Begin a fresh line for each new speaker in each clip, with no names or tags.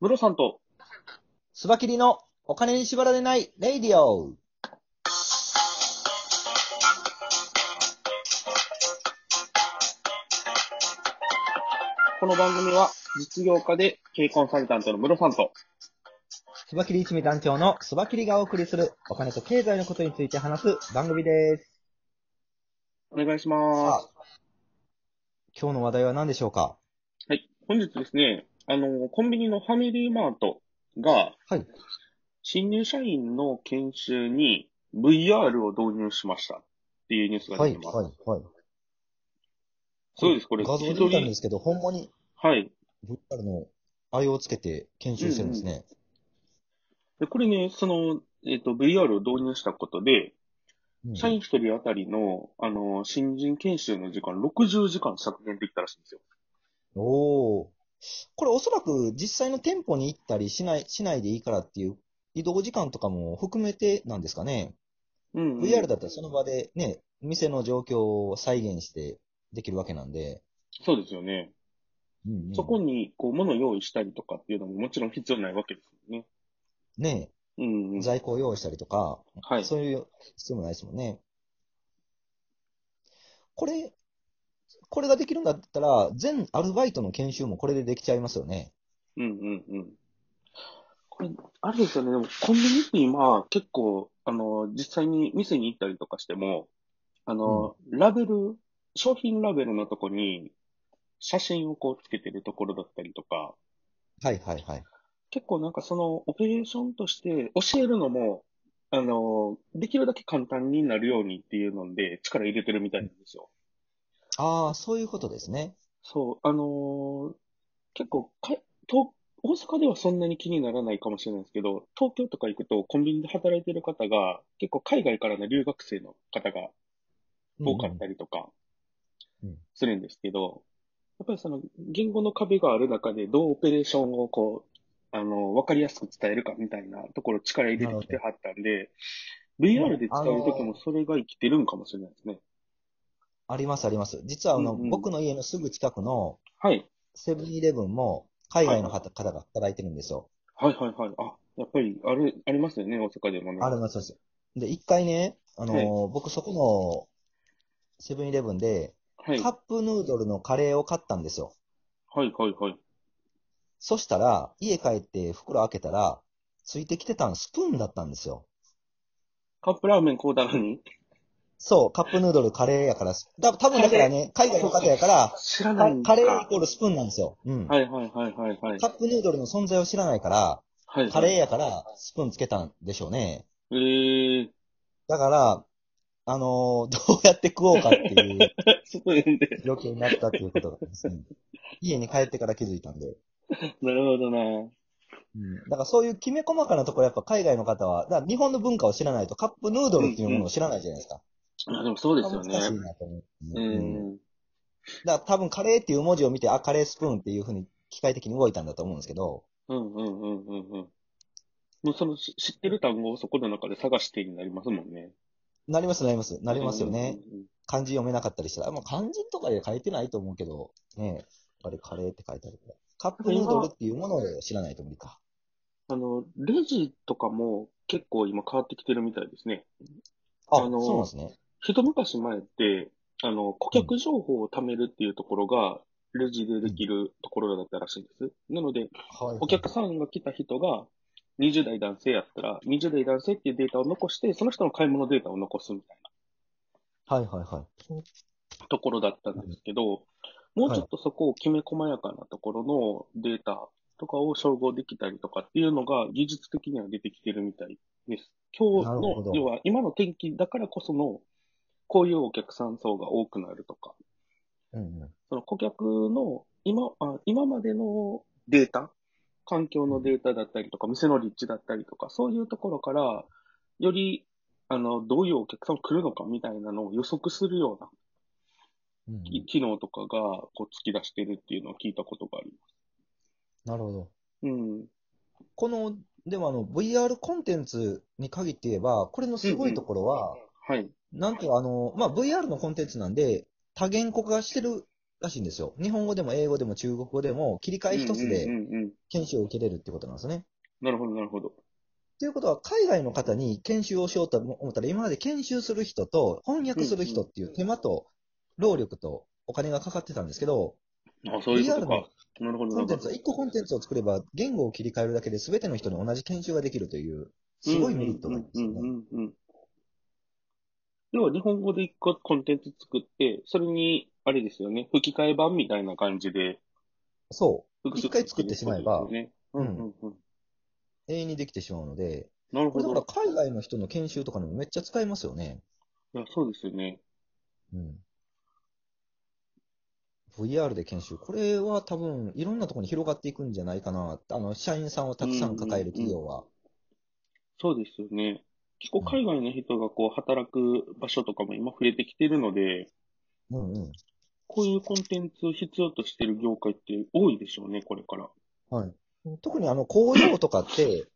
ムロさんと、
スバキリのお金に縛られないレイディオ。
この番組は、実業家で経営コンサルタントのムロさんと、
スバキリ一味団長のスバキリがお送りするお金と経済のことについて話す番組です。
お願いし
さ
ます。
あ今日の話題は何でしょうか
はい。本日ですね、あの、コンビニのファミリーマートが、
はい。
新入社員の研修に VR を導入しましたっていうニュースが
は
出
い、
てます。
はい、はい。
そうですこれ
画像で見たんですけど、ほんまに
はい。
VR のあれをつけて研修してるんですね。
でこれね、その、えっ、と、VR を導入したことで、
うん
社員一人当たりの、あの、新人研修の時間60時間削減できたらしいんですよ。
おお。これおそらく実際の店舗に行ったりしない、しないでいいからっていう移動時間とかも含めてなんですかね。
うん、うん。
VR だったらその場でね、店の状況を再現してできるわけなんで。
そうですよね。
うんうん
そこに、こう、物を用意したりとかっていうのももちろん必要ないわけですよね。
ね、
うん、うん。
在庫を用意したりとか、
はい。
そういう必要もないですもんね。これ、これができるんだったら、全アルバイトの研修もこれでできちゃいますよね。
うん、うん、うん。これ、あれですよね。でも、コンビニって今、結構、あの、実際に店に行ったりとかしても、あの、ラベル、商品ラベルのとこに、写真をこうつけてるところだったりとか、
はいはいはい。
結構なんかそのオペレーションとして教えるのも、あの、できるだけ簡単になるようにっていうので力入れてるみたいなんですよ。
ああ、そういうことですね。
そう、あのー結構か、東、大阪ではそんなに気にならないかもしれないですけど、東京とか行くとコンビニで働いてる方が結構海外からの留学生の方が多かったりとか
うん
するんですけど、やっぱりその言語の壁がある中でどうオペレーションをこう、あの、わかりやすく伝えるかみたいなところ力入れてきてはったんで、VR で使う時もそれが生きてるんかもしれないですね。
ありますあります。実はあの、
うんうん
僕の家のすぐ近くの
はい。
セブンイレブンも海外の方方が働いてるんですよ。
はいはいはい。あ、やっぱりある、ありますよね、大阪でもね。
あるますです。で、一回ね、あのー僕そこのセブンイレブンで
はい。
カ
は
ップヌードルのカレーを買ったんですよ。
いはいはい。
そしたら、家帰って袋開けたら、ついてきてたんスプーンだったんですよ。
カップラーメンこうだのに
そう、カップヌードルカレーやから、だ多分だからね、海外の方やから、
知らない
カ
ん
カレ
か
ーイコールスプーンなんですよ。うん。
はいはいはいはいはい。
カップヌードルの存在を知らないから、
はい。
カレーやからスプーンつけたんでしょうね。
えー、
だから、あのーどうやって食おうかっていう
スプーンで。
状況になったっていうことがです ね。家に帰ってから気づいたんで。
なるほどな。
だからそういうきめ細かなところやっぱ海外の方は、だから日本の文化を知らないとカップヌードルっていうものを知らないじゃないですか。
あでもそうですよね。
難しいなと思う。
う
うん。
ん。
だから多分カレーっていう文字を見て、あ、カレースプーンっていうふうに機械的に動いたんだと思うんですけど、
うんうんうんうんうん。もうそのし知ってる単語をそこの中で探してになりますもんね。
なりますなります。なりますよね。
うんうんうん。
漢字読めなかったりしたら、まあ漢字とかで書いてないと思うけど、ねえ、あれカレーって書いてあるから。カップヌードルっていうものを知らないと無理か。
あの、レジとかも結構今変わってきてるみたいですね。
あ、
あの
そうなんですね。
一昔前って、あの、顧客情報を貯めるっていうところが、レジでできるところだったらしいんです。なので、
はい
お客さんが来た人が、20代男性やったら、20代男性っていうデータを残して、その人の買い物データを残すみたいな。
はいはいはい。
ところだったんですけど、もうちょっとそこをきめ細やかなところのデータとかを照合できたりとかっていうのが技術的には出てきてるみたいです。今日
なるほ
の
ど、
要は今の天気だからこその、こういうお客さん層が多くなるとか、
うんうん。
その顧客の今あ今までのデータ、環境のデータだったりとか、店の立地だったりとか、そういうところから、よりあのどういうお客さん来るのかみたいなのを予測するような
うんうん
機能とかがこう突き出してるっていうのを聞いたことがありま
なるほど。
す。うん。
この、でもあの、VR コンテンツに限って言えば、これのすごいところは、
はい。
なんていうかあの、まあ、VR のコンテンツなんで、多言語化してるらしいんですよ。日本語でも英語でも中国語でも切り替え一つ
うん
で
うんうんうん。
研修を受けれるってことなんですね。
なるほど、なるほど。
ということは、海外の方に研修をしようと思ったら、今まで研修する人と翻訳する人っていう手間と労力とお金がかかってたんですけど、
あ、そういうこと
リアル
か。なるほど、
コ
な
ンテ
るほ
ンツ
ど
は、。1個コンテンツを作れば、言語を切り替えるだけで全ての人に同じ研修ができるという、すごいメリットがありますよ
うんうん
ね。
うんうんうん。要は日本語で一個コンテンツ作って、それに、あれですよね、吹き替え版みたいな感じで、
そ
複数
一回作ってしまえば
作ってことですよねうんうんうん。
う。永遠にできてしまうので、
なる
こ
ほ
れだ
ど。
から
い
海外の人の研修とかにもめっちゃ使えますよね。
や、そうですよね。
うん。VR で研修。これは多分、いろんなところに広がっていくんじゃないかな。あの、社員さんをたくさん抱える企業は。
そうですよね。結構海外の人がこう働く場所とかも今増えてきてるので、
うんうん。
こういうコンテンツを必要としてる業界って多いでしょうね、これから。
はい。特にあの工場とかって、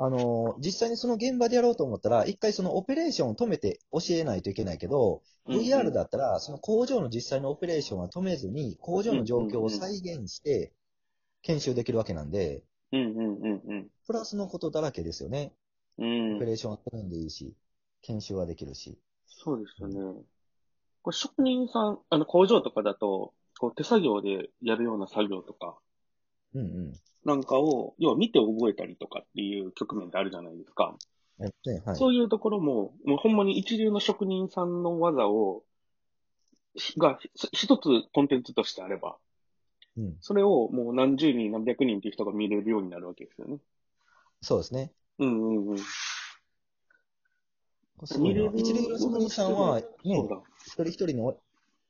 あの、実際にその現場でやろうと思ったら、一回そのオペレーションを止めて教えないといけないけど、VR だったら、その工場の実際のオペレーションは止めずに、工場の状況を再現して、研修できるわけなんで、
うんうんうんうん
プラスのことだらけですよね。
うん。
オ
う
ペ
ん。
レーションは止めんでいいし、研修はできるし。
そうですよね。これ職人さん、あの工場とかだと、こう手作業でやるような作業とか、
うんうん。
なんかを、要は見て覚えたりとかっていう局面ってあるじゃないですか。
ね、はい。
そういうところも、もうほんまに一流の職人さんの技を、がひ一つコンテンツとしてあれば、
うん、
それをもう何十人何百人っていう人が見れるようになるわけですよね。
そうですね。
うんうんうん。
すごいな一流の職人さんは、ね、
そうだ。
一人一人にお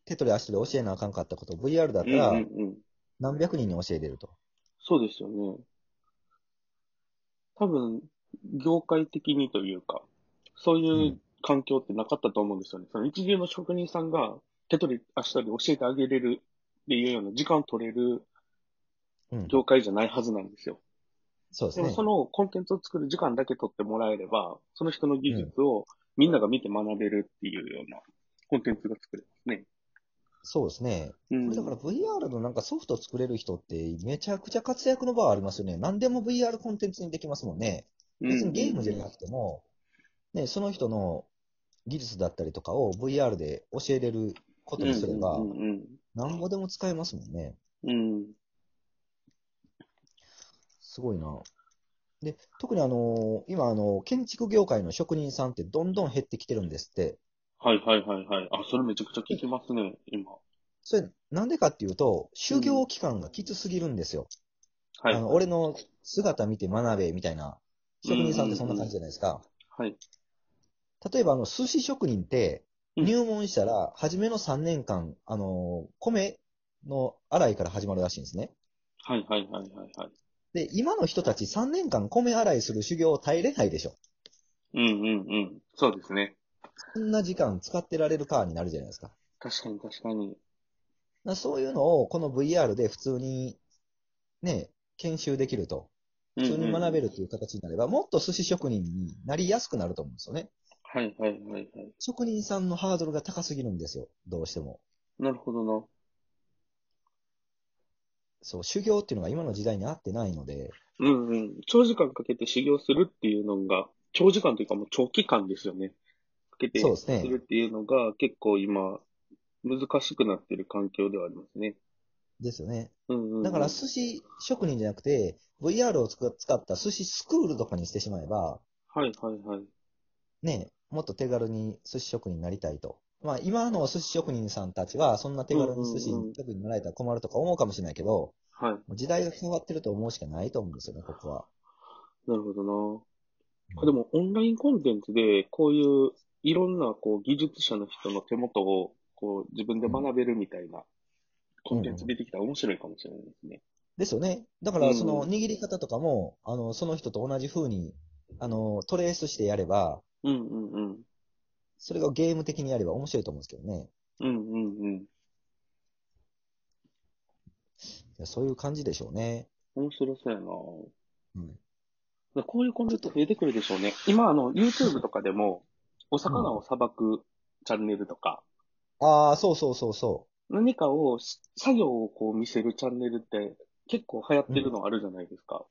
手取り足取り教えなあかんかったことを VR だっ
う
た
んう
ら、
んうん。
何百人に教えれると。
そうですよね。多分、業界的にというか、そういう環境ってなかったと思うんですよね。その一流の職人さんが手取り足取り教えてあげれるっていうような時間を取れる
うん。
業界じゃないはずなんですよ。
そうで
ですも
ね
そ。のコンテンツを作る時間だけ取ってもらえれば、その人の技術をみんなが見て学べるっていうようなコンテンツが作れますね。
そうですね。
うん。
これだから VR のなんかソフトを作れる人ってめちゃくちゃ活躍の場ありますよね。何でも VR コンテンツにできますもんね。別にゲームじゃなくても、ね、その人の技術だったりとかを VR で教えれることにすれば
う、んうん
何ぼでも使えますもんね。
うんうん。
すごいな。で、特にあの、今あの、建築業界の職人さんってどんどん減ってきてるんですって。
はいはいはいはい。あ、それめちゃくちゃ聞きますね、今。
それ、なんでかっていうと、修行期間がきつすぎるんですよ。
はい。
あの俺の姿見て学べみたいな、職人さんってそんな感じじゃないですか。
はい。
例えば、あの、寿司職人って、
うん
入門したら、初めの3年間、あのー、米の洗いから始まるらしいんですね。
はいはいはいはいはい。
で、今の人たち3年間米洗いする修行を耐えれないでしょ。
うんうんうん。そうですね。
そんな時間使ってられるかになるじゃないですか。だか
確かに確かに。
らそういうのを、この VR で普通に、ね、研修できると。
普
普通に学べ
る。
るという形になれば、もっと寿司職人になりやすくなると思うんですよね。
はいはいはいはい。
職人さんのハードルが高すぎるんですよ。どうしても。
なるほどな。
そう、修行っていうのが今の時代に合ってないので、
うんうん。長時間かけて修行するっていうのが、長時間というかもう長期間ですよね。かけて
そう
す
ですね。
るっていうのが結構今、難しくなってる環境ではありますね。
ですよね。
うんうん。
だから、寿司職人じゃなくて、VR をつく使った寿司スクールとかにしてしまえば、
はいはいはい。
ね、もっと手軽に寿司職人になりたいと。まあ、今の寿司職人さんたちは、そんな手軽に寿司
うんうんうん
職人になられたら困るとか思うかもしれないけど、
はい。
もう時代が変わってると思うしかないと思うんですよね、ここは。
なるほど
ん
な。でも、オンラインコンテンツで、こういう、いろんな、こう、技術者の人の手元を、こう、自分で学べるみたいな、コンテンツ出てきたら面白いかもしれないですね。
ですよね。だか
う
ら、
ん
その握り方とかも、あの、その人と同じ風に、あの、トレースしてやれば、
うんうんうん。
それがゲーム的にやれば面白いと思うんですけどね。
うんうんうん。
いやそういう感じでしょうね。
面白そうや
うん。
なこういうコンテンツ増えてくるでしょうね。今、あの、YouTube とかでも、お魚をさばくチャンネルとか、
ああ、そうそうそうそ
何かをし、作業をこう見せるチャンネルって結構流行ってるのあるじゃないですか。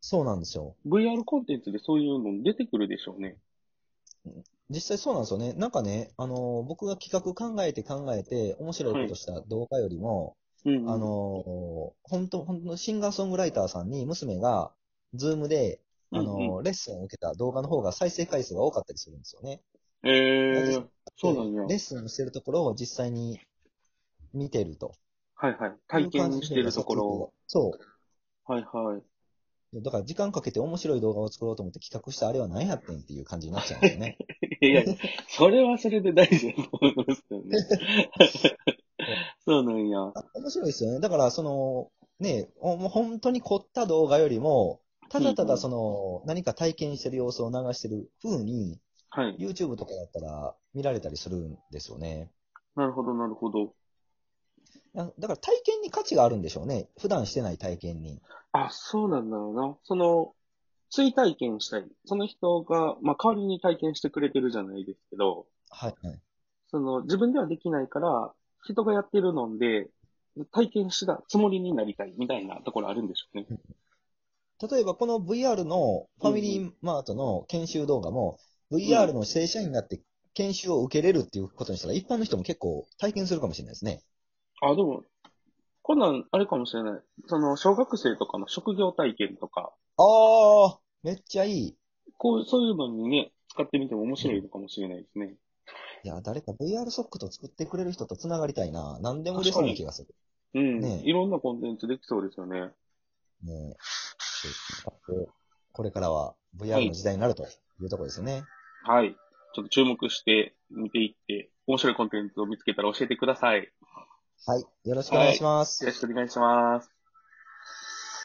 そうなんですよ。
VR コンテンツでそういうの出てくるでしょうね。
実際そうなんですよね。なんかね、あのー僕が企画考えて考えて面白いことした動画よりも、
うんうん。
あのー、本当本当のシンガーソングライターさんに娘が、ズームで、あのー
うんう
レッスンを受けた動画の方が再生回数が多かったりするんですよね。
ええー、そうなんや
レッ。スンをしてるところを実際に見てると。
はいはい。体験してるところを。
そう。
はいはい。
だから時間かけて面白い動画を作ろうと思って企画したあれは何やってんっていう感じになっちゃうんで すよね。
いや、それはそれで大事だと思いますよ ね。そうなんや。
あ面白いですよね。だから、その、ね、おもう本当に凝った動画よりも、ただた
うんう
だ
ん
その、何か体験してる様子を流してる風に、
はい。
YouTube とかだったら見られたりするんですよね。
なるほど、なるほど。
なだから体験に価値があるんでしょうね。普段してない体験に。
あ、そうなんだろうな。その、追体験したい。その人が、まあ、代わりに体験してくれてるじゃないですけど、
はい。はい、
その、自分ではできないから、人がやってるので、体験したつもりになりたいみたいなところあるんでしょうね。
例えば、この VR のファミリーマートの研修動画も、VR の正社員になって研修を受けれるっていうことにしたら、一般の人も結構体験するかもしれないですね。
あ、でも、こんなん、あれかもしれない。その、小学生とかの職業体験とか、
ああ、めっちゃいい。
こう、そういうのにね、使ってみても面白いのかもしれないですね。
いや、誰か VR ソックと作ってくれる人と繋がりたいな。何でも嬉しそうな気がする。
うん。
ねえ
いろんなコンテンツできそうですよね。
ねえでこれからは VR の時代になるというところですよね。
はい。ちょっと注目して見ていって、面白いコンテンツを見つけたら教えてください。
はい。よろしくお願いします
よ。ろしくお願いします。